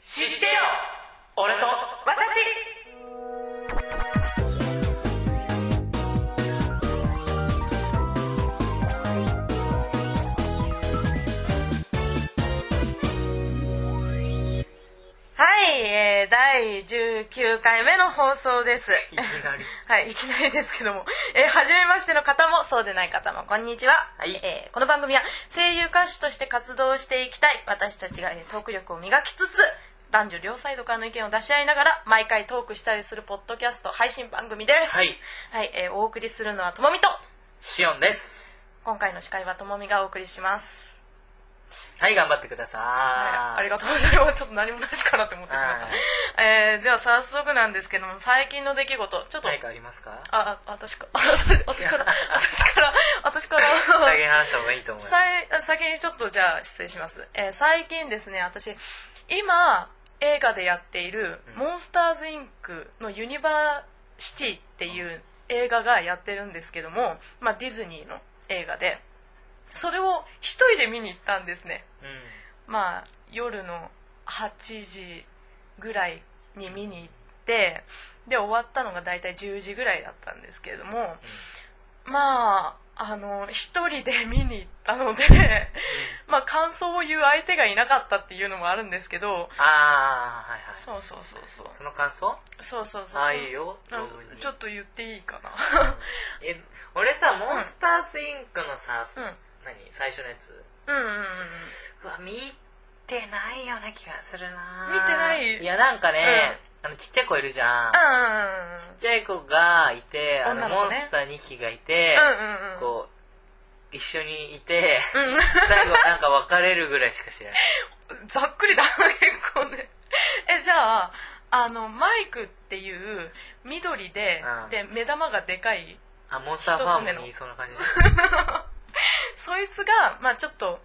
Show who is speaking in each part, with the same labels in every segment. Speaker 1: 知ってよ俺と私はい、えー、第19回目の放送です。
Speaker 2: いきなり
Speaker 1: はい、いきなりですけども。えー、初めましての方も、そうでない方も、こんにちは。
Speaker 2: はい
Speaker 1: えーこの番組は、声優歌手として活動していきたい、私たちが、えートーク力を磨きつつ、男女両サイドからの意見を出し合いながら、毎回トークしたりするポッドキャスト配信番組です。。
Speaker 2: はいい、
Speaker 1: はい、えーお送りするのは、ともみと、
Speaker 2: シオンです。
Speaker 1: 今回の司会はともみがお送りします。
Speaker 2: はい、頑張ってください。
Speaker 1: はい、ありがとうございます。ちょっと何もなしかなって思ってしまった。えー、では早速なんですけども、最近の出来事、ちょっと、
Speaker 2: 何かありますか
Speaker 1: あ、あ、私か、 私、私から、 私から、私から、
Speaker 2: 大変話した方がいいと思います。
Speaker 1: 最あ先にちょっとじゃあ失礼します、えー最近ですね私今映画でやっている「
Speaker 2: うん
Speaker 1: モンスターズインク」の「ユニバーシティ」っていう映画がやってるんですけども、まあ、ディズニーの映画でそれを一人で見に行ったんですね
Speaker 2: う
Speaker 1: まあ夜の8時ぐらいに見に行ってで終わったのが大体10時ぐらいだったんですけれどもまああの一人で見に行ったので
Speaker 2: ん。
Speaker 1: まあ感想を言う相手がいなかったっていうのもあるんですけど
Speaker 2: あー、はいはい。
Speaker 1: そうそうそうそう
Speaker 2: その感想
Speaker 1: そうそうそう
Speaker 2: ああ、いいよ。
Speaker 1: な
Speaker 2: 当
Speaker 1: んか
Speaker 2: 分に
Speaker 1: ちょっと言っていいかな
Speaker 2: え、俺さ、モンスターズインクのさ、
Speaker 1: うん
Speaker 2: 何最初のやつ。
Speaker 1: うんうんうんうん
Speaker 2: うわ、見てないような気がするな
Speaker 1: 見てない
Speaker 2: いや、なんかね、あの、ちっちゃい子いるじゃん。
Speaker 1: あ
Speaker 2: ちっちゃい子がいて、あ
Speaker 1: 女
Speaker 2: の、モ
Speaker 1: の子
Speaker 2: ン
Speaker 1: ね
Speaker 2: スター2匹がいて、
Speaker 1: ーうんうんうん
Speaker 2: こう、一緒にいて、
Speaker 1: うん
Speaker 2: 最後なんか別れるぐらいしか知らない。
Speaker 1: ざっくりだ結構ね えじゃああのマイクっていう緑で、
Speaker 2: うん
Speaker 1: で目玉がでかい
Speaker 2: あ、モンスターファームにいそうな感じね。
Speaker 1: そいつがまあちょっと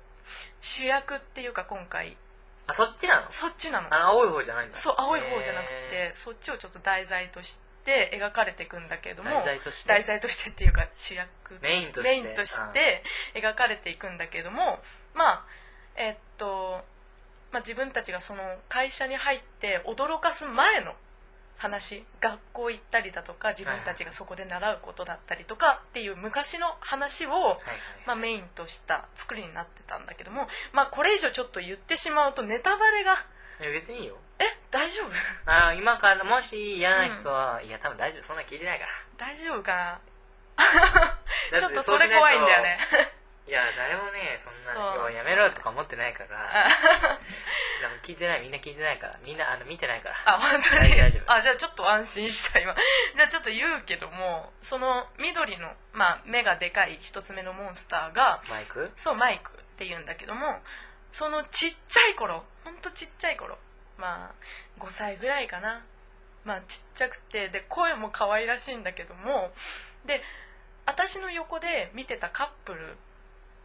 Speaker 1: 主役っていうか今回
Speaker 2: あ、そっちなの
Speaker 1: そっちなの
Speaker 2: あの、青い方じゃないんだ。
Speaker 1: そう青い方じゃなくて、
Speaker 2: へ
Speaker 1: そっちをちょっと題材として描かれていくんだけれど
Speaker 2: ー。
Speaker 1: も
Speaker 2: 題材として。
Speaker 1: 題材としてっていうか主役
Speaker 2: メインとして。
Speaker 1: メインとして描かれていくんだけれどもまあえっと、まあ、自分たちがその会社に入って驚かす前の話学校行ったりだとか自分たちがそこで習うことだったりとかっていう昔の話を
Speaker 2: うん。はい
Speaker 1: まあ、メインとした作りになってたんだけども、まあ、これ以上ちょっと言ってしまうとネタバレが
Speaker 2: はい。いや、別にいいよ。
Speaker 1: え大丈夫
Speaker 2: あ、今から、もし嫌な人は、いや、多分大丈夫。そんな聞いてないか
Speaker 1: 大丈夫か
Speaker 2: ら。
Speaker 1: な ちょっ
Speaker 2: だ
Speaker 1: と
Speaker 2: て
Speaker 1: それ怖いんだよ。
Speaker 2: そ
Speaker 1: ね
Speaker 2: うしないといや、誰もね、そん
Speaker 1: そう
Speaker 2: な、いややめろとか思ってないから。 でも聞いてない、みんな聞いてないから。みんな、あの、見てないから。
Speaker 1: あ、本当に。
Speaker 2: 大丈夫
Speaker 1: あ、じゃあちょっと安心した、今。 じゃあちょっと言うけども、その緑の、まあ、目がでかい一つ目のモンスターが、
Speaker 2: マイク
Speaker 1: そう、マイクって言うんだけども、そのちっちゃい頃、ほんとちっちゃい頃、まあ、5歳ぐらいかな。まあ、ちっちゃくて、で、声も可愛らしいんだけども、で、私の横で見てたカップル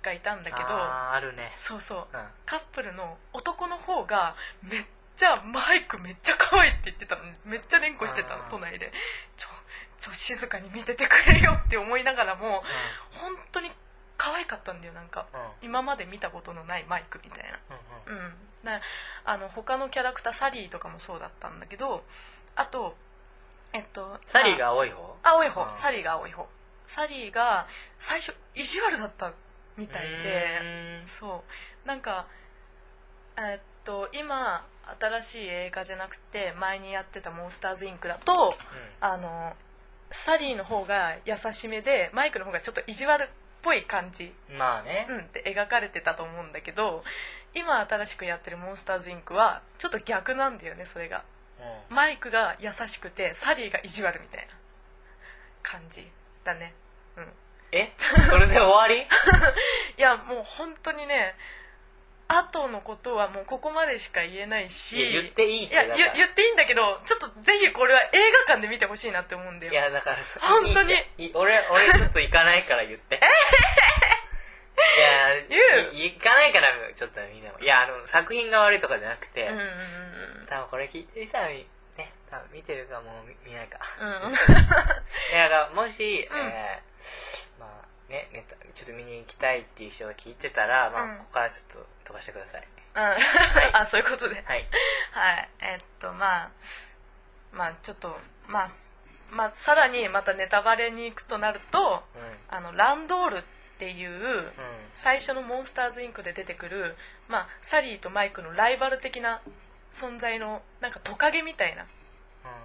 Speaker 1: がいたんだけど、
Speaker 2: あー、あるね。
Speaker 1: そうそう、
Speaker 2: うん。
Speaker 1: カップルの男の方がめっちゃマイクめっちゃ可愛いって言ってたのめっちゃ連呼してたの
Speaker 2: あー
Speaker 1: 都内でちょちょ静かに見ててくれよって思いながらも本当に可愛かったんだよなんか
Speaker 2: うん。うん。
Speaker 1: 今まで見たことのないマイクみたいな
Speaker 2: うん。うん。
Speaker 1: うんなあの他のキャラクターサリーとかもそうだったんだけどあとえっと
Speaker 2: サリーが青い方
Speaker 1: 青い方
Speaker 2: うん
Speaker 1: サリーが青い方サリーが最初意地悪だったみたいで
Speaker 2: うーん
Speaker 1: そうなんかえーっと今新しい映画じゃなくて前にやってた「モンスターズインク」だとあのサリーの方が優しめでマイクの方がちょっと意地悪っぽい感じ、
Speaker 2: うんまあね
Speaker 1: う。ん、って描かれてたと思うんだけど今新しくやってる「モンスターズインク」はちょっと逆なんだよねそれが
Speaker 2: うん
Speaker 1: マイクが優しくてサリーが意地悪みたいな感じだね
Speaker 2: え それで終わり
Speaker 1: いやもう本当にね後のことはもうここまでしか言えないし
Speaker 2: いや言っていいって
Speaker 1: いや
Speaker 2: だから
Speaker 1: 言言っていいんだけどちょっとぜひこれは映画館で見てほしいなって思うんだよ
Speaker 2: いやだからさ
Speaker 1: 本当に
Speaker 2: いいってい俺俺ちょっと行かないから言っていや
Speaker 1: 言う
Speaker 2: い行かないからちょっとみんなもいやあの作品が悪いとかじゃなくて、
Speaker 1: うんうんうん
Speaker 2: 多分これ聞いてる人はみね多分見て るかもう見見ないか
Speaker 1: うんうん
Speaker 2: いやだからもし、
Speaker 1: うん
Speaker 2: えーまあね、ネタちょっと見に行きたいっていう人が聞いてたら、まあ
Speaker 1: うん
Speaker 2: ここからちょっと飛ばしてください
Speaker 1: うんあそういうことで
Speaker 2: はい
Speaker 1: はいえっとまあまあちょっとまあ、すまあ、さらにまたネタバレに行くとなると
Speaker 2: うん
Speaker 1: あのランドールっていう
Speaker 2: うん
Speaker 1: 最初の「モンスターズインク」で出てくる、まあ、サリーとマイクのライバル的な存在のなんかトカゲみたいな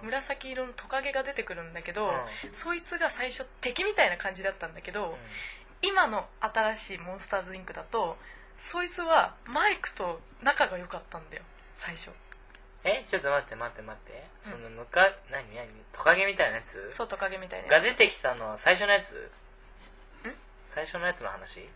Speaker 2: うん
Speaker 1: 紫色のトカゲが出てくるんだけど、
Speaker 2: うん
Speaker 1: そいつが最初敵みたいな感じだったんだけど、
Speaker 2: うん
Speaker 1: 今の新しい「モンスターズインク」だとそいつはマイクと仲が良かったんだよ最初
Speaker 2: えちょっと待って待って待って
Speaker 1: うん
Speaker 2: その向か何何トカゲみたいなやつ
Speaker 1: そうトカゲみたいな
Speaker 2: が
Speaker 1: や
Speaker 2: 出てきたのは最初のやつ最初のやつの話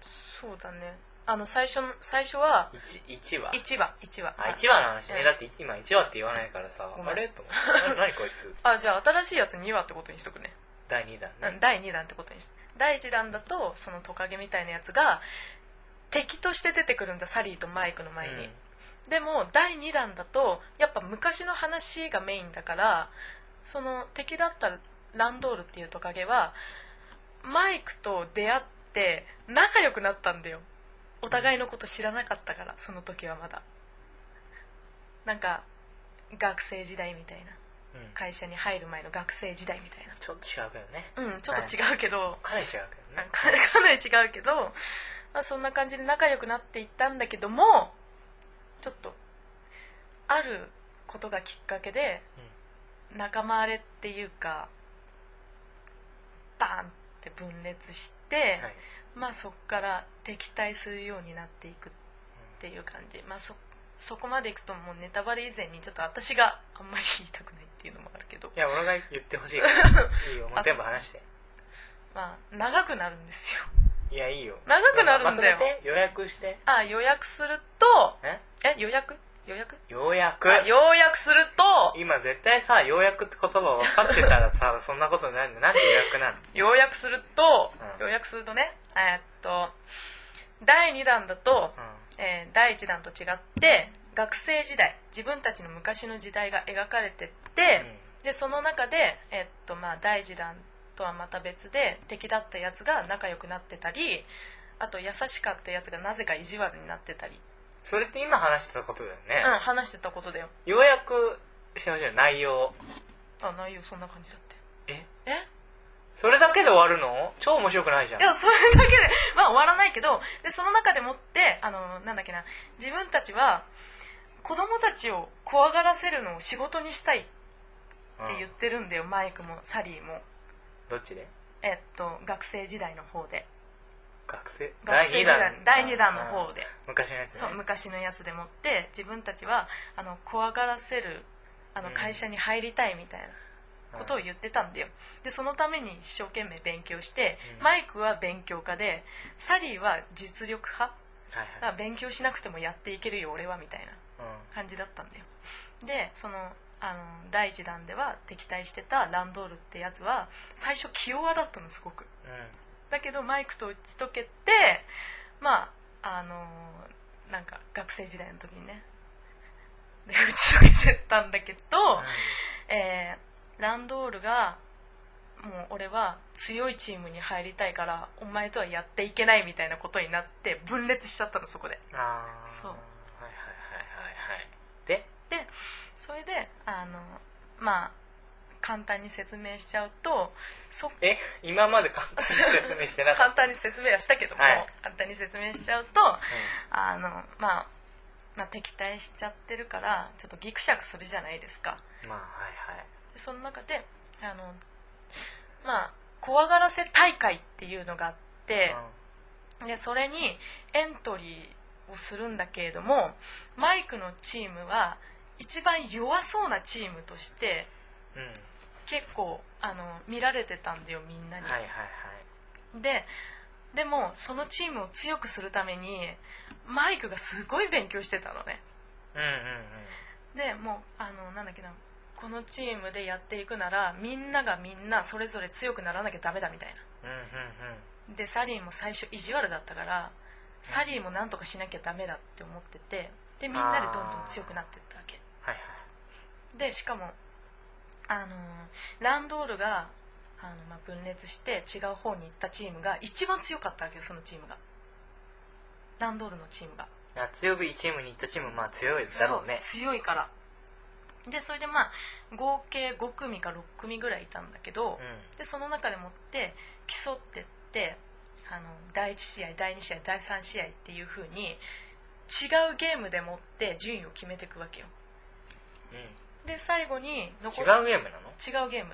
Speaker 1: つそうだねあの最初の最初は
Speaker 2: 1, 一話
Speaker 1: 1話1話
Speaker 2: あ1話の話
Speaker 1: う
Speaker 2: ね
Speaker 1: ん
Speaker 2: だって今1話って言わないからさ
Speaker 1: ごめん
Speaker 2: あれと思ってな何こいつ
Speaker 1: あじゃあ新しいやつ2話ってことにしとくね
Speaker 2: 第2弾
Speaker 1: うん
Speaker 2: ね
Speaker 1: 第2弾ってことにして第1弾だとそのトカゲみたいなやつが敵として出てくるんだサリーとマイクの前に、でも第2弾だとやっぱ昔の話がメインだからその敵だったランドールっていうトカゲはマイクと出会って仲良くなったんだよお互いのこと知らなかったからその時はまだなんか学生時代みたいな
Speaker 2: うんうん
Speaker 1: 会社に入る前の学生時代みたいな
Speaker 2: ちょっと違うけどね
Speaker 1: うん、ちょっと違うけど、
Speaker 2: かなり違うけど
Speaker 1: なん
Speaker 2: ね
Speaker 1: かかなり違うけど、まあ、そんな感じで仲良くなっていったんだけどもちょっとあることがきっかけで仲間割れっていうかバーンって分裂して、
Speaker 2: はい
Speaker 1: まあそこから敵対するようになっていくっていう感じ、まあ、そそこまでいくともうネタバレ以前にちょっと私があんまり言いたくないっていうのもあるけど
Speaker 2: いや俺が言ってほ しいからいいよもう全部話して
Speaker 1: まあ長くなるんですよ
Speaker 2: いやいいよ
Speaker 1: 長くなるんだよ
Speaker 2: まとめて予約して
Speaker 1: あ予約すると
Speaker 2: え
Speaker 1: え予約予約
Speaker 2: ようやく
Speaker 1: あ要約すると
Speaker 2: 今絶対さようやくって言葉分かってたら さそんなことになるのなんで予約なの
Speaker 1: 要約すると、
Speaker 2: うん
Speaker 1: 要約するとねえーっと第2弾だと、えー第1弾と違って学生時代自分たちの昔の時代が描かれてって、でその中で、えーっとまあ、第1弾とはまた別で敵だったやつが仲良くなってたりあと優しかったやつがなぜか意地悪になってたり、
Speaker 2: それって今話してたことだよ
Speaker 1: うん
Speaker 2: ね、、
Speaker 1: 話してたことだよ
Speaker 2: ようやくしてほしいの内容
Speaker 1: あ内容そんな感じだって
Speaker 2: え
Speaker 1: え
Speaker 2: それだけで終わるの超面白くないじゃん
Speaker 1: いや、それだけで、まあ終わらないけど、で、その中でもって、あの、なんだっけな、自分たちは、子供たちを怖がらせるのを仕事にしたいって
Speaker 2: うん
Speaker 1: 言ってるんだよ、マイクもサリーも。
Speaker 2: どっちで
Speaker 1: えっと、学生時代の方で。
Speaker 2: 学生
Speaker 1: 学生時代第2弾の
Speaker 2: う
Speaker 1: 方
Speaker 2: ん
Speaker 1: で。
Speaker 2: 昔のやつね
Speaker 1: そう、昔のやつでもって、自分たちは、あの、怖がらせる、あの、
Speaker 2: うん
Speaker 1: 会社に入りたいみたいな。ことを
Speaker 2: うん
Speaker 1: 言ってたんだよでそのために一生懸命勉強して、
Speaker 2: うん
Speaker 1: マイクは勉強家でサリーは実力派
Speaker 2: はい
Speaker 1: だか
Speaker 2: はい
Speaker 1: ら勉強しなくてもやっていけるよ俺はみたいな感じだったんだよでそのあの第1弾では敵対してたランドールってやつは最初気弱だったのすごく
Speaker 2: うんうん
Speaker 1: だけどマイクと打ち解けてまああのなんか学生時代の時にねで打ち解けてったんだけど、えーランドールがもう俺は強いチームに入りたいからお前とはやっていけないみたいなことになって分裂しちゃったのそこで
Speaker 2: ああ
Speaker 1: そう
Speaker 2: はいはいはいはいはいで
Speaker 1: それであのまあ簡単に説明しちゃうとそ
Speaker 2: え今まで簡単に説明してなか
Speaker 1: 簡
Speaker 2: っ
Speaker 1: 単に説明はしたけども、
Speaker 2: はい
Speaker 1: 簡単に説明しちゃうと
Speaker 2: た、
Speaker 1: あの、まあ、まあ敵対しちゃってるからちょっとギクシャクするじゃないですか
Speaker 2: うんまあはいはい
Speaker 1: でその中であのまあ怖がらせ大会っていうのがあって、でそれにエントリーをするんだけれどもマイクのチームは一番弱そうなチームとして
Speaker 2: うん、うん、
Speaker 1: 結構あの見られてたんだよみんなに、
Speaker 2: はいはいはい
Speaker 1: ででもそのチームを強くするためにマイクがすごい勉強してたのね
Speaker 2: うん
Speaker 1: でもうあのなんだっけなこのチームでやっていくならみんながみんなそれぞれ強くならなきゃダメだみたい
Speaker 2: うんうんうんうんうん
Speaker 1: なでサリーも最初意地悪だったからサリーもなんとかしなきゃダメだって思っててでみんなでどんどん強くなっていったわけ
Speaker 2: はいはい
Speaker 1: でしかもあのーランドールがあのまあ分裂して違う方に行ったチームが一番強かったわけよそのチームがランドールのチームが
Speaker 2: あ強く1チームに行ったチームまあ強いだろうね
Speaker 1: そう強いからでそれでまあ合計5組か6組ぐらいいたんだけど、
Speaker 2: う
Speaker 1: でその中でもって競ってってあの第1試合第2試合第3試合っていう風に違うゲームでもって順位を決めていくわけよ
Speaker 2: ん、うん、
Speaker 1: で最後に
Speaker 2: 違
Speaker 1: 残っ
Speaker 2: うゲームなの
Speaker 1: 違うゲーム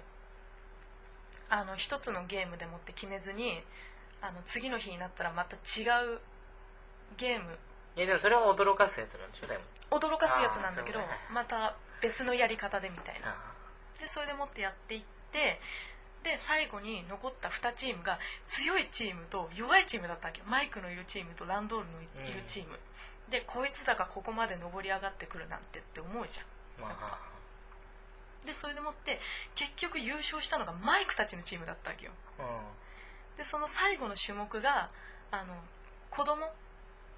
Speaker 1: あの一つのゲームでもって決めずにあの次の日になったらまた違うゲーム
Speaker 2: いやでもそれは驚かすやつなんでしょでも
Speaker 1: 驚かすやつなんだけど
Speaker 2: あーそうね
Speaker 1: また別のやり方でみたいな
Speaker 2: あ
Speaker 1: でそれでもってやっていってで最後に残った2チームが強いチームと弱いチームだったわけよマイクのいるチームとランドールのいるチーム、でこいつだがここまで上り上がってくるなんてって思うじゃん
Speaker 2: まあ
Speaker 1: でそれでもって結局優勝したのがマイクたちのチームだったわけよ
Speaker 2: うん
Speaker 1: でその最後の種目があの子供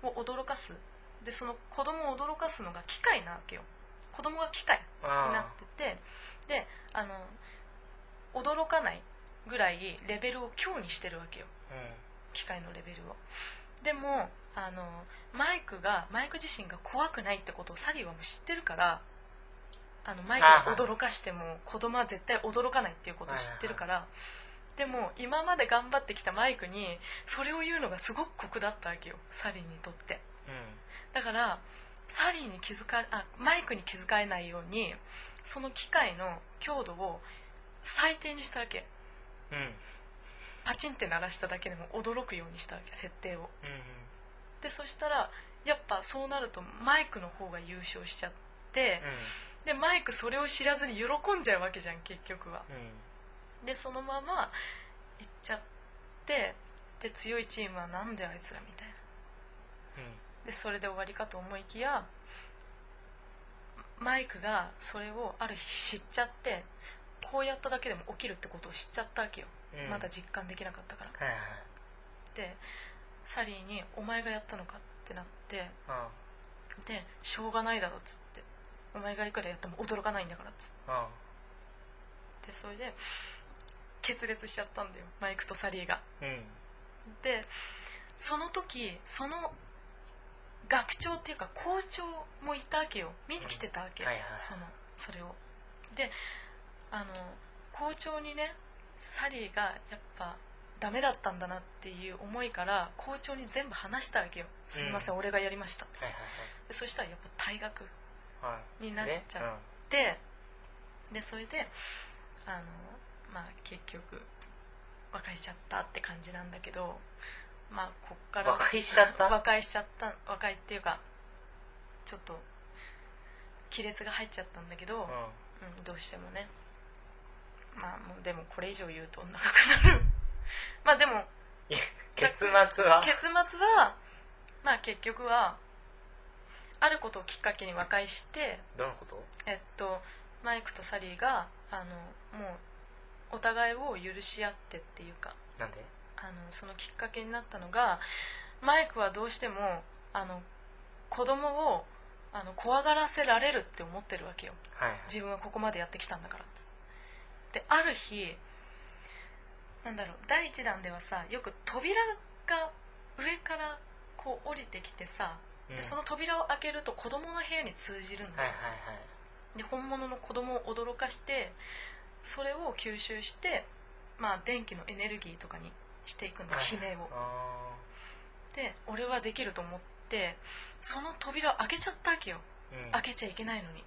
Speaker 1: を驚かすでその子供を驚かすのが機械なわけよ子供が機械にな
Speaker 2: あ
Speaker 1: っててであの驚かないぐらいレベルを強にしてるわけよ
Speaker 2: うん
Speaker 1: 機械のレベルをでもあのマイクがマイク自身が怖くないってことをサリーはもう知ってるからあのマイクが驚かしても子供は絶対驚かないっていうことを知ってるからでも今まで頑張ってきたマイクにそれを言うのがすごく酷だったわけよサリーにとって
Speaker 2: うん
Speaker 1: だからサリーに気づかあマイクに気づかれないようにその機械の強度を最低にしたわけ
Speaker 2: うん
Speaker 1: パチンって鳴らしただけでも驚くようにしたわけ設定を
Speaker 2: うん
Speaker 1: でそしたらやっぱそうなるとマイクの方が優勝しちゃって、でマイクそれを知らずに喜んじゃうわけじゃん結局は
Speaker 2: うんうん
Speaker 1: でそのまま行っちゃってで強いチームはなんであいつらみたいな
Speaker 2: う
Speaker 1: でそれで終わりかと思いきやマイクがそれをある日知っちゃってこうやっただけでも起きるってことを知っちゃったわけよ、
Speaker 2: んうん
Speaker 1: まだ実感できなかったから
Speaker 2: はいはい
Speaker 1: でサリーに「お前がやったのか?」ってなって
Speaker 2: うん
Speaker 1: で「しょうがないだろ」っつって「お前がいくらやっても驚かないんだから」っつっ
Speaker 2: うん
Speaker 1: てそれで決裂しちゃったんだよマイクとサリーが
Speaker 2: うん
Speaker 1: でその時その学長っていうか校長もいたわけよ見に来てたわけ、
Speaker 2: はいはいはい
Speaker 1: そのそれをであの校長にねサリーがやっぱダメだったんだなっていう思いから校長に全部話したわけよ「すいません、俺がやりました」
Speaker 2: はいはい
Speaker 1: でそしたらやっぱ退学
Speaker 2: はいはい
Speaker 1: になっちゃってでそれであのまあ結局別れちゃったって感じなんだけどまあこっか
Speaker 2: うん
Speaker 1: ら
Speaker 2: 和解しちゃった
Speaker 1: 和解しちゃった和解っていうかちょっと亀裂が入っちゃったんだけど、
Speaker 2: うん
Speaker 1: うん、どうしてもねまあもうでもこれ以上言うと長くなる まあでも
Speaker 2: 結末は
Speaker 1: 結末はまあ結局はあることをきっかけに和解して
Speaker 2: どのこと
Speaker 1: えっとマイクとサリーがあのもうお互いを許し合ってっていうか
Speaker 2: なんで
Speaker 1: あのそのきっかけになったのがマイクはどうしてもあの子供をあの怖がらせられるって思ってるわけよ
Speaker 2: はいはい
Speaker 1: 自分はここまでやってきたんだからっつってである日なんだろう第1弾ではさよく扉が上からこう降りてきてさ、
Speaker 2: うん
Speaker 1: でその扉を開けると子供の部屋に通じるんだよ
Speaker 2: はいはい
Speaker 1: で本物の子供を驚かしてそれを吸収して、まあ、電気のエネルギーとかにしていくの
Speaker 2: はい
Speaker 1: 悲鳴を
Speaker 2: あ
Speaker 1: で俺はできると思ってその扉を開けちゃったわけよ
Speaker 2: ーうん
Speaker 1: 開けちゃいけないのに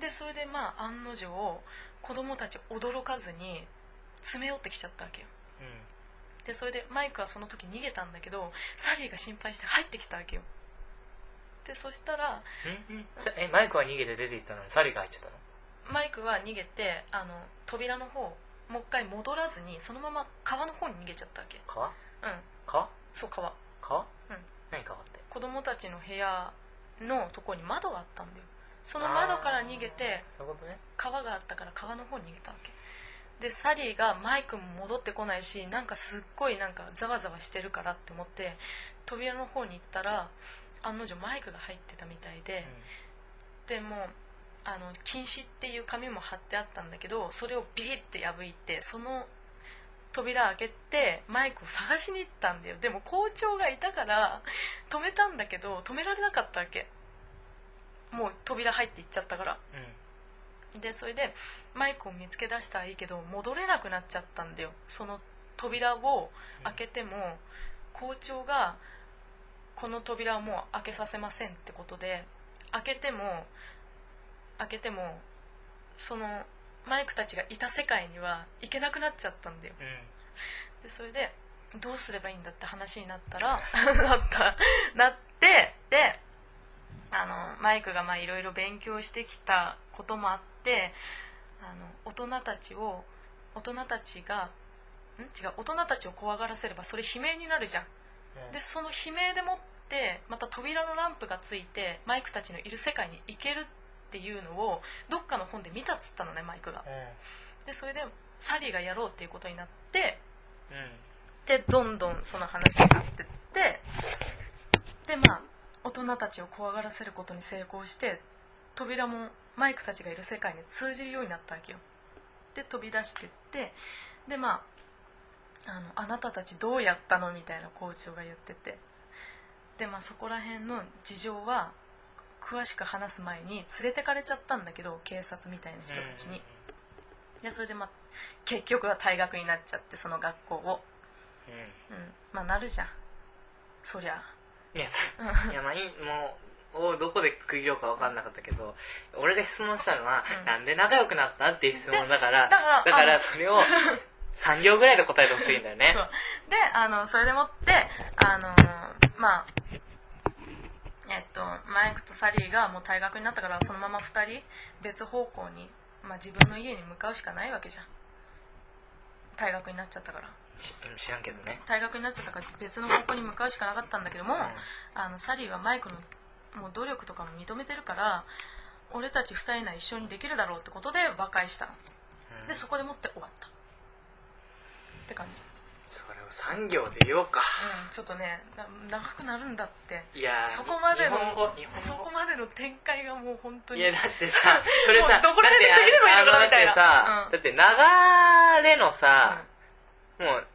Speaker 1: でそれでまあ案の定子供たち驚かずに詰め寄ってきちゃったわけよ
Speaker 2: うん
Speaker 1: でそれでマイクはその時逃げたんだけどサリーが心配して入ってきたわけよでそしたら
Speaker 2: んさえマイクは逃げて出て行ったのにサリーが入っちゃったの
Speaker 1: マイクは逃げてあの扉の方もう一回戻らずにそのまま川の方に逃げちゃったわけ
Speaker 2: 川
Speaker 1: うん
Speaker 2: 川
Speaker 1: そう川
Speaker 2: 川
Speaker 1: うん
Speaker 2: 何川って
Speaker 1: 子供たちの部屋のとこに窓があったんだよその窓から逃げて
Speaker 2: あーそういうことね
Speaker 1: 川があったから川の方に逃げたわけでサリーがマイクも戻ってこないしなんかすっごいなんかざわざわしてるからって思って扉の方に行ったら案の定マイクが入ってたみたいで、でもうあの禁止っていう紙も貼ってあったんだけどそれをビリッて破いてその扉開けてマイクを探しに行ったんだよでも校長がいたから止めたんだけど止められなかったわけもう扉入って行っちゃったから
Speaker 2: うん
Speaker 1: でそれでマイクを見つけ出したらいいけど戻れなくなっちゃったんだよその扉を開けても校長がこの扉をもう開けさせませんってことで開けても開けてもそのマイクたちがいた世界には行けなくなっちゃったんだよ
Speaker 2: うん
Speaker 1: でそれでどうすればいいんだって話になったら なったなってであのマイクがまあいろいろ勉強してきたこともあってあの大人たちを大人たちがん違う大人たちを怖がらせればそれ悲鳴になるじゃん
Speaker 2: うん
Speaker 1: でその悲鳴でもってまた扉のランプがついてマイクたちのいる世界に行けるっていうのをどっかの本で見たっつったのねマイクがでそれでサリーがやろうっていうことになって
Speaker 2: うんうん
Speaker 1: でどんどんその話になってってでまあ大人たちを怖がらせることに成功して扉もマイクたちがいる世界に通じるようになったわけよで飛び出してってでまああの「あなたたちどうやったの?」みたいな校長が言っててでまあそこら辺の事情は詳しく話す前に連れてかれちゃったんだけど警察みたいな人たちに、でそれでまあ結局は退学になっちゃってその学校を
Speaker 2: うんうん
Speaker 1: うんまあなるじゃんそりゃ
Speaker 2: い や
Speaker 1: うん
Speaker 2: いやまあいいもうおどこで区切ろうか分かんなかったけど俺が質問したのは、
Speaker 1: うん
Speaker 2: なんで仲良くなったっていう質問だから
Speaker 1: でだからあの
Speaker 2: それを3行ぐらいで答えてほしいんだよね
Speaker 1: そうであのそれでもってあのまあえっとマイクとサリーがもう退学になったからそのまま2人別方向に、まあ、自分の家に向かうしかないわけじゃん退学になっちゃったから
Speaker 2: しうん知らんけどね
Speaker 1: 退学になっちゃったから別の方向に向かうしかなかったんだけども、あのサリーはマイクのもう努力とかも認めてるから俺たち2人なら一緒にできるだろうってことで和解したの
Speaker 2: うん
Speaker 1: でそこでもって終わったって感じ
Speaker 2: それを3行で言おうか
Speaker 1: うんちょっとねな長くなるんだって
Speaker 2: いやー
Speaker 1: そこまでの
Speaker 2: 日本語日本語
Speaker 1: そこまでの展開がもう本当
Speaker 2: い
Speaker 1: に
Speaker 2: やだって さそれ
Speaker 1: も
Speaker 2: さ
Speaker 1: うどこら辺で区切ればいいのかなみたいな
Speaker 2: だってあのだってさだって流れのさ、もう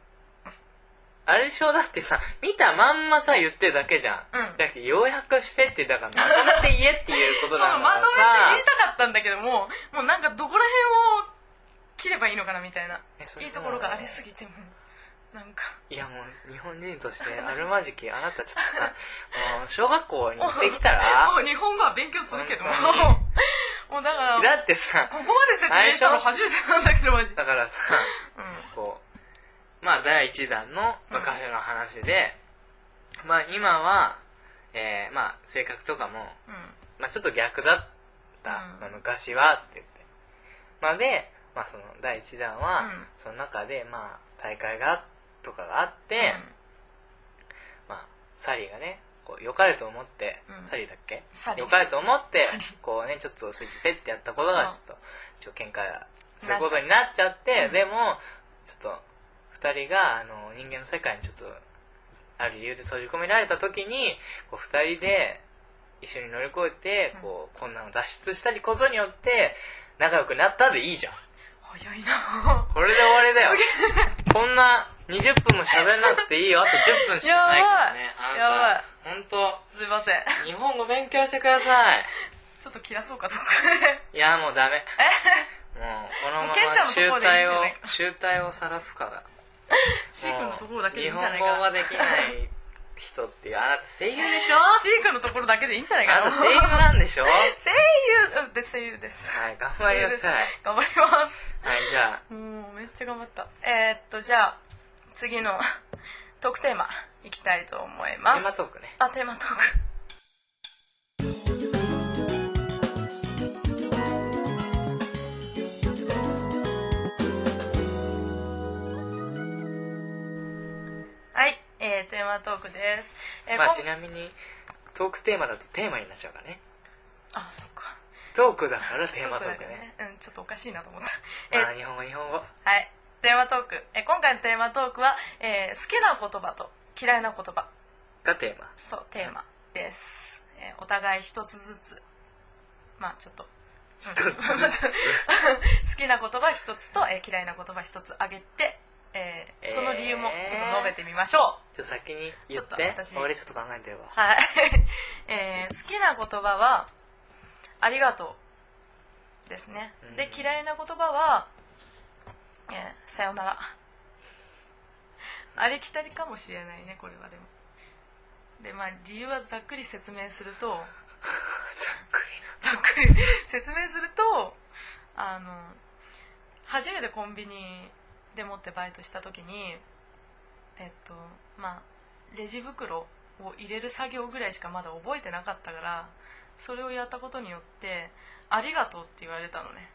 Speaker 2: あれでしょだってさ見たまんまさ言ってるだけじゃん
Speaker 1: うん、うん
Speaker 2: だって、要約してって、だから、まとめて言えっていうこ
Speaker 1: そ
Speaker 2: と
Speaker 1: う
Speaker 2: な
Speaker 1: ま
Speaker 2: んだか
Speaker 1: と
Speaker 2: ら
Speaker 1: めて言い
Speaker 2: さ
Speaker 1: たかったんだけどももうなんかどこら辺を切ればいいのかなみたいな
Speaker 2: えそれ
Speaker 1: い
Speaker 2: でも
Speaker 1: いところがありすぎてもなんか
Speaker 2: いやもう、日本人と して、あるまじき、あなたちょっとさ、もう小学校に行ってきたら、
Speaker 1: もう日本語は勉強するけども
Speaker 2: 本当
Speaker 1: もうだから
Speaker 2: だってさ、
Speaker 1: ここまで説明したの初めてなんだけどマジで
Speaker 2: だからさ、
Speaker 1: うん
Speaker 2: こう、まあ、第1弾の、まあ、カフェの話で、まあ、今は、えー、まあ、性格とかも、
Speaker 1: うん
Speaker 2: まあ、ちょっと逆だった、
Speaker 1: うん
Speaker 2: まあ昔はって言って。まあ、で、まあ、その、第1弾は、
Speaker 1: うん
Speaker 2: その中で、まあ、大会が、とかがあって、
Speaker 1: うん
Speaker 2: まあ、サリーがね、こう、良かれと思って、
Speaker 1: うん
Speaker 2: サリーだっけ
Speaker 1: サリー
Speaker 2: 良かれと思って
Speaker 1: サリー、
Speaker 2: こうね、ちょっとスイッチペッてやったことが、
Speaker 1: うん
Speaker 2: ちょっと、ちょっと喧嘩することになっちゃって、
Speaker 1: うん
Speaker 2: でも、ちょっと、二人が、あの、人間の世界にちょっと、ある理由で閉じ込められた時に、こう、二人で、一緒に乗り越えて
Speaker 1: う、ん
Speaker 2: こう、困難を脱出したりことによって、仲良くなったでいいじゃん。
Speaker 1: 早いな
Speaker 2: これで終わ りだよ。こんな20分も喋んなくていいよ。あと10分しかないからね。
Speaker 1: やば
Speaker 2: あ
Speaker 1: い
Speaker 2: んた。ほんと、
Speaker 1: すいません
Speaker 2: 日本語勉強してください。
Speaker 1: ちょっと切らそうかどうか
Speaker 2: いや、もうダメ。もう、このまま
Speaker 1: もうケンちゃんのと
Speaker 2: 集
Speaker 1: ころでいい
Speaker 2: 体
Speaker 1: んじ
Speaker 2: を
Speaker 1: ゃない、
Speaker 2: 集体を晒すから。
Speaker 1: シー君のところだけでいいんじ
Speaker 2: も
Speaker 1: ゃ
Speaker 2: う
Speaker 1: な
Speaker 2: 日
Speaker 1: いか
Speaker 2: 本語
Speaker 1: な
Speaker 2: ができない人っていう、あなた声優でしょ
Speaker 1: シー君のところだけでいいんじゃないか
Speaker 2: あ
Speaker 1: な
Speaker 2: なた声優なんでしょは
Speaker 1: 声優うん別に声優です
Speaker 2: い、頑張りなさい。
Speaker 1: 頑張りま
Speaker 2: はい、じゃあ、
Speaker 1: すもうめっちゃ頑張ったえー、っとじゃあ次のトークテーマいきたいと思います
Speaker 2: 今トークね。
Speaker 1: あテーマトークはい、えー、テーマトークです、えー
Speaker 2: まあ、
Speaker 1: こん
Speaker 2: ちなみに、トークテーマだとテーマになっちゃうからね。
Speaker 1: あそっか
Speaker 2: トークだからテーマトークね。
Speaker 1: うんちょっとおかしいなと思った え
Speaker 2: まあ、日本語、日本語。
Speaker 1: はいテーマトーク、えー今回のテーマトークは、えー好きな言葉と嫌いな言葉
Speaker 2: がテーマ。
Speaker 1: そうテーマです、えーお互い一つずつまあちょっと、 うん好きな言葉一つと、えー嫌いな言葉一つあげてえー
Speaker 2: えー
Speaker 1: その理由もちょっと述べてみましょう
Speaker 2: ちょっと先に言っ
Speaker 1: ちょってと私
Speaker 2: 俺ちょっと考えてるわ
Speaker 1: はい、 えー好きな言葉は「ありがとう」ですねで
Speaker 2: うん
Speaker 1: 嫌いな言葉は「えーさよなら」 ありきたりかもしれないねこれはでもでまあ理由はざっくり説明すると
Speaker 2: ざっくり
Speaker 1: ざっくり説明するとあの初めてコンビニでもってバイトした時にえっとまあレジ袋を入れる作業ぐらいしかまだ覚えてなかったからそれをやったことによって「ありがとう」って言われたのね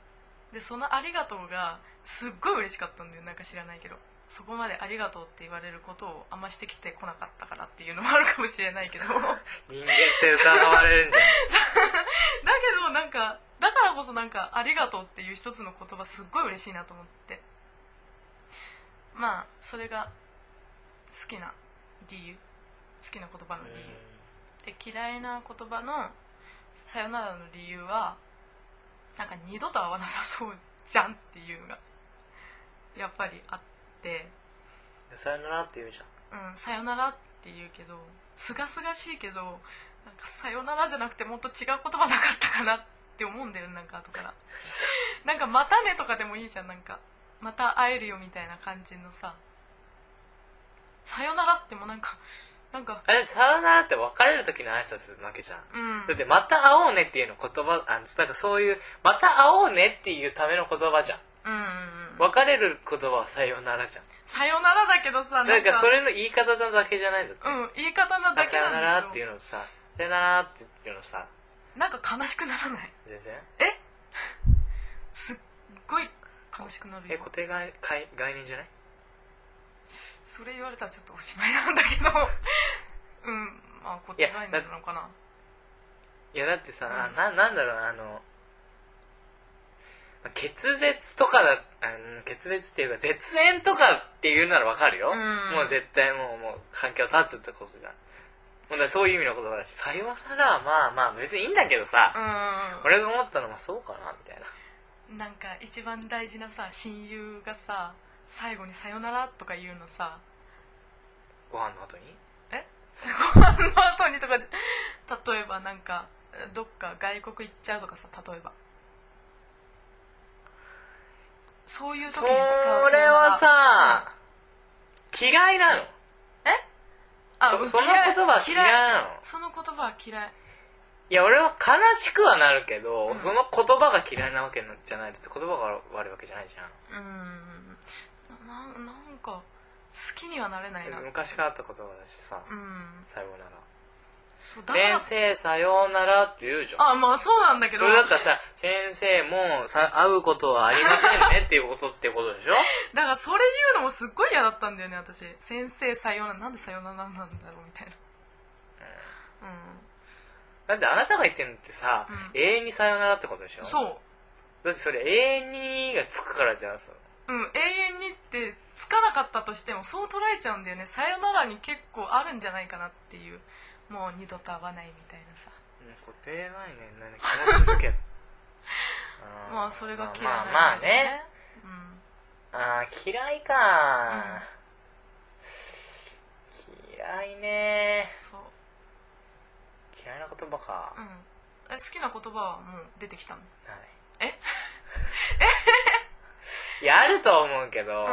Speaker 1: でその「ありがとう」がすっごい嬉しかったんだよなんか知らないけどそこまで「ありがとう」って言われることをあんましてきてこなかったからっていうのもあるかもしれないけど
Speaker 2: 人間って疑われるんじゃない
Speaker 1: だけどなんかだからこそなんか「ありがとう」っていう一つの言葉すっごい嬉しいなと思ってまあそれが好きな理由好きな言葉の理由、で嫌いな言葉の「さよなら」の理由はなんか二度と会わなさそうじゃんっていうのがやっぱりあって
Speaker 2: うんさよならって言うじゃん
Speaker 1: うん、さよならって言うけど、すがすがしいけど、なんかさよならじゃなくてもっと違う言葉なかったかなって思うんだよ、なんか 後から。なんかまたねとかでもいいじゃん、なんか。また会えるよみたいな感じのさ。さよならってもなんか、なんか、
Speaker 2: あれさよならって別れる時の挨拶なわけじゃん
Speaker 1: うん。
Speaker 2: だってまた会おうねっていうの言葉あのなんかそういうまた会おうねっていうための言葉じゃん
Speaker 1: うんうんうん。
Speaker 2: 別れる言葉はさよならじゃん
Speaker 1: さよならだけどさ、な
Speaker 2: なんんか
Speaker 1: か、
Speaker 2: それの言い方だけじゃないんだって
Speaker 1: うん、言い方な
Speaker 2: あ
Speaker 1: だ
Speaker 2: さ
Speaker 1: け
Speaker 2: よな
Speaker 1: な
Speaker 2: ら
Speaker 1: ん
Speaker 2: っ
Speaker 1: だ
Speaker 2: て
Speaker 1: け
Speaker 2: いう
Speaker 1: ど、
Speaker 2: のささよならっていうのさ
Speaker 1: なんか悲しくならない。
Speaker 2: 全然
Speaker 1: すっごい悲しくなるよ
Speaker 2: え固定概概概念じゃない
Speaker 1: それ言われたらちょっとおしまいなんだけど うんまあ固定概念なのかない
Speaker 2: やだってさ、
Speaker 1: うん
Speaker 2: ななんだろうなあのまあ決別とかだあの決別っていうか絶縁とかっていうならわかるよ、
Speaker 1: うん
Speaker 2: もう絶対もうもう関係を断つってことじゃんもうだからそういう意味のことだしさよならはまあまあ別にいいんだけどさ、
Speaker 1: う
Speaker 2: 俺が思ったのはそうかなみたいなん
Speaker 1: なんか一番大事なさ親友がさ最後に「さよなら」とか言う のさ
Speaker 2: ご飯の後に
Speaker 1: ご飯の後にとかで例えばなんかどっか外国行っちゃうとかさ例えばそういう時に使う
Speaker 2: それは
Speaker 1: さよなら
Speaker 2: さ、嫌いなの
Speaker 1: あ
Speaker 2: そその
Speaker 1: 嫌い
Speaker 2: 言葉は嫌い
Speaker 1: 嫌い
Speaker 2: なの
Speaker 1: その言葉は嫌い
Speaker 2: いや俺は悲しくはなるけど、
Speaker 1: うん
Speaker 2: その言葉が嫌いなわけじゃないだって言葉が悪いわけじゃないじゃん
Speaker 1: うーんなななんか好きにはなれないな
Speaker 2: 昔からあった言葉だしさ、
Speaker 1: うん
Speaker 2: さようなら
Speaker 1: そうだから
Speaker 2: 先生さようならって言うじゃん
Speaker 1: あまあそうなんだけ
Speaker 2: そ
Speaker 1: ど
Speaker 2: れだったらさ先生もうさ会うことはありませんねっていうことってこと でしょ
Speaker 1: だからそれ言うのもすっごい嫌だったんだよね私先生さようならなんでさようならなんだろうみたいなう
Speaker 2: だってあなたが言ってるのってさ、
Speaker 1: う
Speaker 2: 永遠にさようならってことでしょ
Speaker 1: んそう
Speaker 2: だってそれ永遠にがつくからじゃんその
Speaker 1: うん永遠にってつかなかったとしてもそう捉えちゃうんだよねさよならに結構あるんじゃないかなっていうもう二度と会わないみたいなさ
Speaker 2: うん固定概念 なんか気持ち悪いけどー
Speaker 1: まあそれが嫌い
Speaker 2: ま
Speaker 1: な
Speaker 2: あ
Speaker 1: んだよ
Speaker 2: まあね
Speaker 1: うん
Speaker 2: あー嫌いか、嫌いね
Speaker 1: そう
Speaker 2: 嫌いな言葉か、
Speaker 1: うんえ好きな言葉はもう出てきたの
Speaker 2: ないえ いやあると思うけど、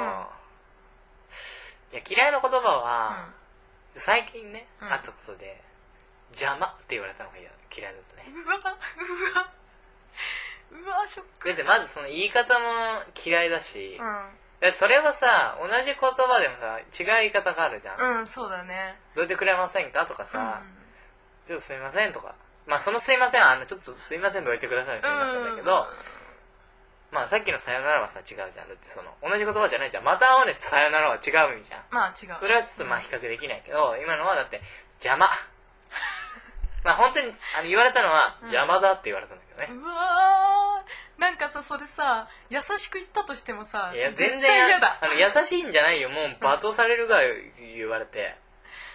Speaker 2: いや嫌いな言葉は、最近ね、
Speaker 1: うん
Speaker 2: あったことで邪魔って言われたのが嫌だ嫌いだった
Speaker 1: う
Speaker 2: ね
Speaker 1: んうわうわうわショック
Speaker 2: だってまずその言い方も嫌いだし、
Speaker 1: う
Speaker 2: だってそれはさ同じ言葉でもさ違う言い方があるじゃん、
Speaker 1: んうんそうだね
Speaker 2: どうやってくれませんかとか
Speaker 1: うん
Speaker 2: さ、ちょっとすみませんとか。まあ、そのすみませんは、あの、ちょっとすみませんどいてくださいのすみませんだけど、まあ、さっきのさよならはさ、違うじゃん。だってその、同じ言葉じゃないじゃん。また会おうねってさよならは違う意味じゃん。
Speaker 1: まあ違う
Speaker 2: それはちょっとまあ、比較できないけど、今のはだって、邪魔。 まあ、本当に、あの、言われたのは、
Speaker 1: うん
Speaker 2: 邪魔だって言われたんだけどね。
Speaker 1: うわーなんかさそれさ優しく言ったとしてもさ
Speaker 2: いや、全
Speaker 1: 絶対
Speaker 2: 然
Speaker 1: 嫌だ
Speaker 2: あの、優しいんじゃないよ。もう、罵倒されるが言われて。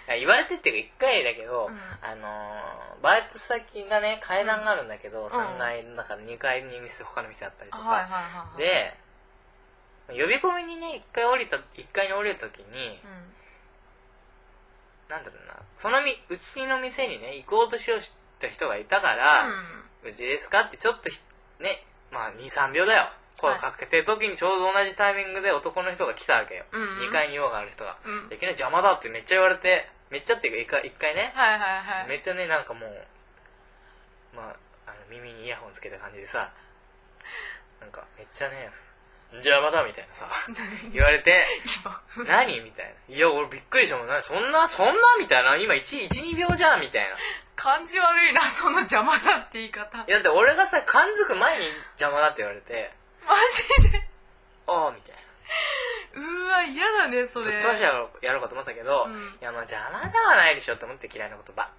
Speaker 2: いや言われてっていうか、一回だけど、
Speaker 1: うん
Speaker 2: あのー、バイト先がね、階段があるんだけど、
Speaker 1: ん
Speaker 2: 3階の中で2階に店、他の店あったりと
Speaker 1: あ
Speaker 2: か。
Speaker 1: はいはいはいはい
Speaker 2: で、呼び込みにね、一回降りた、一階に降りるときに、
Speaker 1: うん
Speaker 2: なんだろうな、そのみ、うちの店にね、行こうとしようした人がいたから、うちですかってちょっとひ、ね、まあ2、3秒だよ。声かけてるときにちょうど同じタイミングで男の人が来たわけよ。
Speaker 1: うんうん
Speaker 2: 2階に用がある人が。
Speaker 1: うんうん
Speaker 2: いきなり邪魔だってめっちゃ言われて、めっちゃっていうか一回一回ね、
Speaker 1: はいはいはい
Speaker 2: めっちゃね、なんかもう、まあ、あの耳にイヤホンつけた感じでさ、なんかめっちゃね、邪魔だみたいなさ、言われて、何みたいな。いや、俺びっくりしたもん。何そんな、そんなみたいな。今1、1、2秒じゃんみたいな。
Speaker 1: 感じ悪いなその邪魔だって言い方マ
Speaker 2: いやだって俺がさ、感づく前に邪魔だって言われて、
Speaker 1: ジで
Speaker 2: ああ、みたいな。
Speaker 1: うわ嫌だねそ
Speaker 2: ぶ
Speaker 1: れ
Speaker 2: っ飛ばしてやろうやろうかと思ったけど、
Speaker 1: うん
Speaker 2: いや、まあ邪魔ではないでしょって思って嫌いな言葉。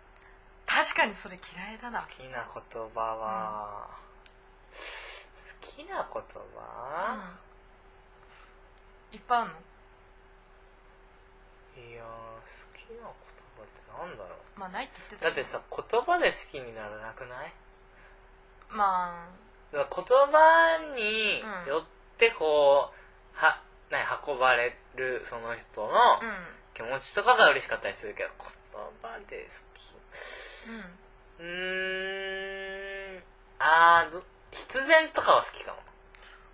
Speaker 1: 確かにそれ嫌いだ
Speaker 2: 好
Speaker 1: な
Speaker 2: きな言葉は、好きな言葉、
Speaker 1: うんいっぱいあんの
Speaker 2: いやー好きな言葉ってなんだろう
Speaker 1: まあないって言ってた
Speaker 2: だっ
Speaker 1: し
Speaker 2: てさ言葉で好きにならなくない
Speaker 1: まあ
Speaker 2: だから言葉に
Speaker 1: うん
Speaker 2: よってこう、は何運ばれるその人の
Speaker 1: うんうん
Speaker 2: 気持ちとかが嬉しかったりするけど言葉で好きうーんあーど必然とかは好きか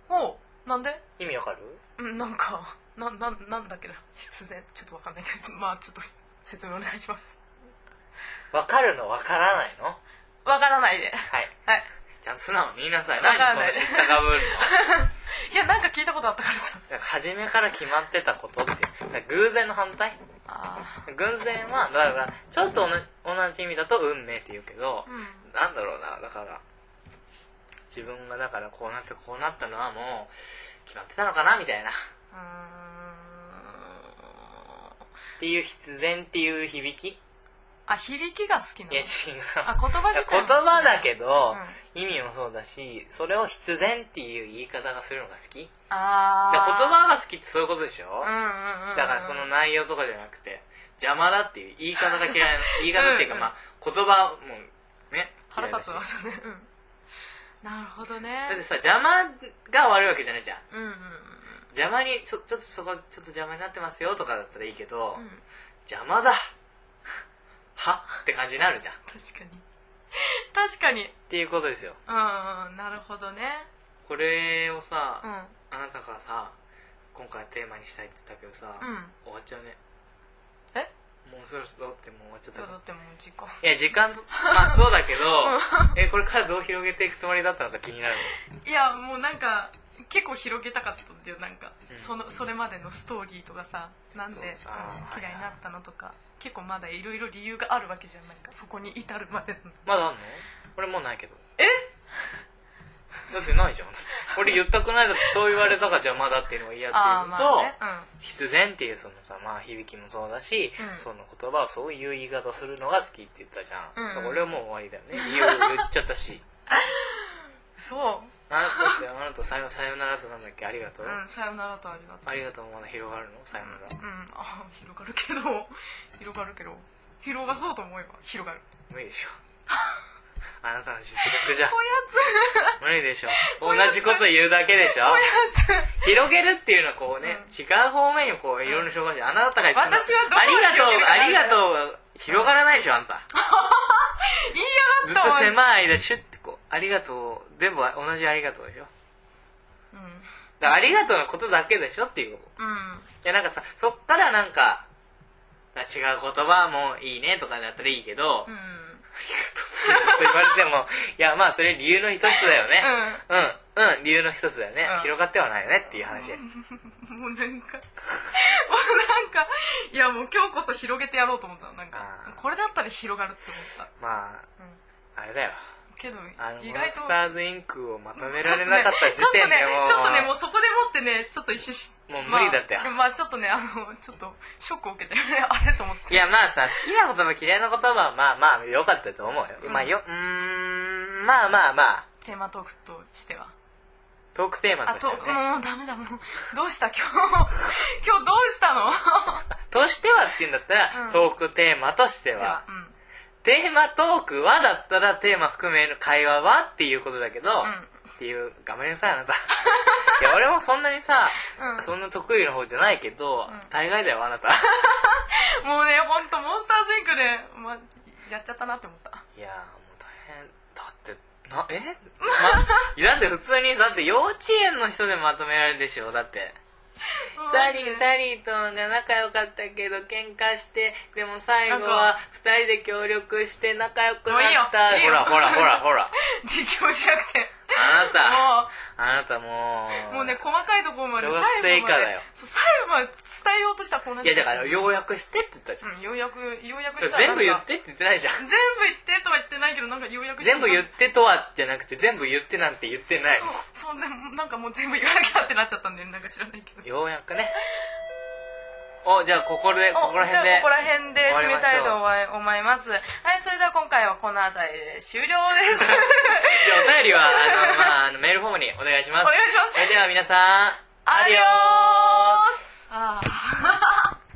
Speaker 2: も
Speaker 1: おうなんで
Speaker 2: 意味わかる
Speaker 1: うんなんかなななんだっけな必然ちょっとわかんないけどちょまあちょっと説明お願いします
Speaker 2: わかるのわからないの
Speaker 1: わからないで
Speaker 2: はい
Speaker 1: はい
Speaker 2: ちゃんと素直に言いなさい。
Speaker 1: わ
Speaker 2: 何
Speaker 1: かん
Speaker 2: そ
Speaker 1: な
Speaker 2: の
Speaker 1: い
Speaker 2: 知ったかぶるの。
Speaker 1: いやなんか聞いたことあったからさ
Speaker 2: なんか初めから決まってたことって。だから偶然の反対
Speaker 1: あ
Speaker 2: 偶然は、だから、ちょっと同じ同じ意味だと運命って言うけど
Speaker 1: あ、うん
Speaker 2: なんだろうな、だから、自分がだからこうなってこうなったのはもう、決まってたのかなみたいな。っ
Speaker 1: うーん
Speaker 2: ていう必然っていう響きい
Speaker 1: あ響きが好きなの
Speaker 2: や、違う。
Speaker 1: あ言葉自体
Speaker 2: 言葉だけ
Speaker 1: ど
Speaker 2: ど
Speaker 1: うん、
Speaker 2: 意味もそうだし、それを必然っていう言い方がするのが好き
Speaker 1: あ
Speaker 2: だから言
Speaker 1: あ
Speaker 2: 葉が好きってそういうことでしょ
Speaker 1: うんうんうん
Speaker 2: だからその内容とかじゃなくて、邪魔だっていう言い方が 嫌いな、言い方っていうか
Speaker 1: うん
Speaker 2: まあ、言葉もね、
Speaker 1: 腹立つ
Speaker 2: 嫌い
Speaker 1: わ
Speaker 2: だし
Speaker 1: それうんなるほど
Speaker 2: だって
Speaker 1: ね
Speaker 2: さ、邪魔が悪いわけじゃないじゃん。
Speaker 1: うんうん
Speaker 2: 邪魔に、ちょ、ちょっとそこ、ちょっと邪魔になってますよとかだったらいいけど、
Speaker 1: うんうん
Speaker 2: 邪魔だはって感じになるじゃん。っ
Speaker 1: 確かに確かに
Speaker 2: ていうことですよ。
Speaker 1: うんうんなるほどね
Speaker 2: これをさ、
Speaker 1: うん
Speaker 2: あなたがさ、今回テーマにしたいって言ったけどさ、
Speaker 1: うん
Speaker 2: 終わっちゃうね。
Speaker 1: え
Speaker 2: もうそろそろだってもう終わっちゃっ
Speaker 1: そ
Speaker 2: た
Speaker 1: う
Speaker 2: から
Speaker 1: だってもう時間
Speaker 2: いや、時間、まあ そうだけど、え、これからどう広げていくつもりだったのか気になる
Speaker 1: いやもうなんか結構広げたかったんだよなんか、
Speaker 2: うん
Speaker 1: そのそれまでのストーリーとかさなんで、
Speaker 2: そうあー
Speaker 1: うん嫌いになったのとか結構まだいろいろ理由があるわけじゃんなんかそこに至るまでの
Speaker 2: まだあんの俺もうないけど。えだってないじゃん。俺言ったくないだってそう言われたからじゃあまだっていうのが嫌って
Speaker 1: ああ
Speaker 2: いう
Speaker 1: ー
Speaker 2: の
Speaker 1: ま
Speaker 2: と、
Speaker 1: あねう
Speaker 2: 必然っていうそのさ、まあ響きもそうだし、
Speaker 1: うん
Speaker 2: その言葉をそういう言い方するのが好きって言ったじゃん。だから
Speaker 1: うんうん
Speaker 2: 俺はもう終わり だよね。理由を言っちゃったし。
Speaker 1: んそ
Speaker 2: あなたって、あなたさよさよならとなんだっけありがと
Speaker 1: う、
Speaker 2: う。
Speaker 1: うん、さよならとありがとう
Speaker 2: ありがとうまだ広がるのさよなら
Speaker 1: う。んあー広がるけど 広がるけど広がそうと思えば 広がる
Speaker 2: 無理でしょ。あなたの実力じゃ
Speaker 1: こ。うや
Speaker 2: 無理でしょ。同
Speaker 1: おやつ
Speaker 2: じこと言うだけでしょ。
Speaker 1: つこうやつ
Speaker 2: 広げるっていうのはこうね、
Speaker 1: うん
Speaker 2: 違う方面にこういろいろ広がる。あなたがいつも
Speaker 1: 私はどこ
Speaker 2: ありがとう、ありが
Speaker 1: う
Speaker 2: とうが広がらないでしょ、あんた。
Speaker 1: 言
Speaker 2: ず
Speaker 1: い
Speaker 2: っ
Speaker 1: やがった
Speaker 2: と
Speaker 1: わ
Speaker 2: 狭い間、シュッてこう、ありがとう、全部同じありがとうでしょ。
Speaker 1: うん
Speaker 2: だからありがとうのことだけでしょっていう。
Speaker 1: うん
Speaker 2: いや、なんかさ、そっからなんか、あ違う言葉もいいねとかだったらいいけど、
Speaker 1: う
Speaker 2: と
Speaker 1: ん
Speaker 2: 言われても、いや、まあそれ理由の一つだよね。
Speaker 1: うん
Speaker 2: うん、うん、理由の一つだよね。
Speaker 1: うん
Speaker 2: 広がってはないよねっていう話。
Speaker 1: もうなんかもうなんかいやもう今日こそ広げてやろうと思ったのなん
Speaker 2: あ
Speaker 1: か
Speaker 2: ー
Speaker 1: これだったら広がるって思っ
Speaker 2: まあ、
Speaker 1: た、
Speaker 2: あ
Speaker 1: うん、
Speaker 2: れだよ。
Speaker 1: けど
Speaker 2: あの、
Speaker 1: 意
Speaker 2: モン
Speaker 1: 外と
Speaker 2: スターズインクをまとめられなかった時
Speaker 1: ちょっと
Speaker 2: 点で
Speaker 1: ね
Speaker 2: もう、
Speaker 1: ちょっとねもうそこでもってねちょっと一瞬し
Speaker 2: もう無理だったよ
Speaker 1: まあ、まあちょっとねあのちょっとショックを受けて あれと思っ
Speaker 2: い
Speaker 1: て
Speaker 2: やまあさ、好きな言葉嫌いな言葉はまあまあ良かったと思うよ。
Speaker 1: うん
Speaker 2: まあよ、うーん、まあまあまあ、
Speaker 1: テーマトークとしては
Speaker 2: トークテーマ
Speaker 1: あ
Speaker 2: とし
Speaker 1: と
Speaker 2: て
Speaker 1: も
Speaker 2: はね。
Speaker 1: うダメだもうどうした今日 今日どうしたの
Speaker 2: としてはって言うんだったら、
Speaker 1: うん
Speaker 2: トークテーマとしては。
Speaker 1: うん
Speaker 2: テーマトークはだったらテーマ含める会話はっていうことだけど、
Speaker 1: う
Speaker 2: っていう、画面さ、あなた。いや、俺もそんなに さ、
Speaker 1: ん、うん、
Speaker 2: そんな得意な方じゃないけど、
Speaker 1: うん
Speaker 2: 大概だよ、あなた。
Speaker 1: もうねほんとモンスターズインクで、ま、やっちゃったなって思った
Speaker 2: いやー、もう大変。だって、な、え、 ま、いやだって普通に、だって幼稚園の人でまとめられるでしょ、だって。サリー、
Speaker 1: リ
Speaker 2: サリーとが仲良かったけど喧嘩して、でも最後は二人で協力して仲良くなった。
Speaker 1: もういいよいい
Speaker 2: ほ
Speaker 1: よ
Speaker 2: らほらほらほら。
Speaker 1: 実況しなくて
Speaker 2: あなた、
Speaker 1: も
Speaker 2: あなたも
Speaker 1: う
Speaker 2: う。
Speaker 1: もうね細かいところまで
Speaker 2: 小学生以下だよ
Speaker 1: そう最後まで伝えようとしたらこんない
Speaker 2: やだから、ようやくしてって言ったじゃん。
Speaker 1: うん、ようやくようやくしたら
Speaker 2: 全
Speaker 1: なん
Speaker 2: 部
Speaker 1: か
Speaker 2: 言ってって言ってないじゃん。
Speaker 1: 全部言ってとは言ってないけどなんかようやく
Speaker 2: 全部言
Speaker 1: っ
Speaker 2: ってとはじゃなくて、全部言ってなんて言ってない。
Speaker 1: そうそうでもなんかもう全部言わなきゃってなっちゃったんでなんか知らないけど
Speaker 2: ようやくね。お、じゃあここで、ここら辺
Speaker 1: じゃあ
Speaker 2: で
Speaker 1: ここ。ら辺で締めたいと思い思いますはいそれでは今回はこの辺りで終了です
Speaker 2: じゃあお便りは、あの、まああの、メールフォームにお願いしま
Speaker 1: お
Speaker 2: す
Speaker 1: 願。いします
Speaker 2: それでは皆さん、
Speaker 1: アディオースあー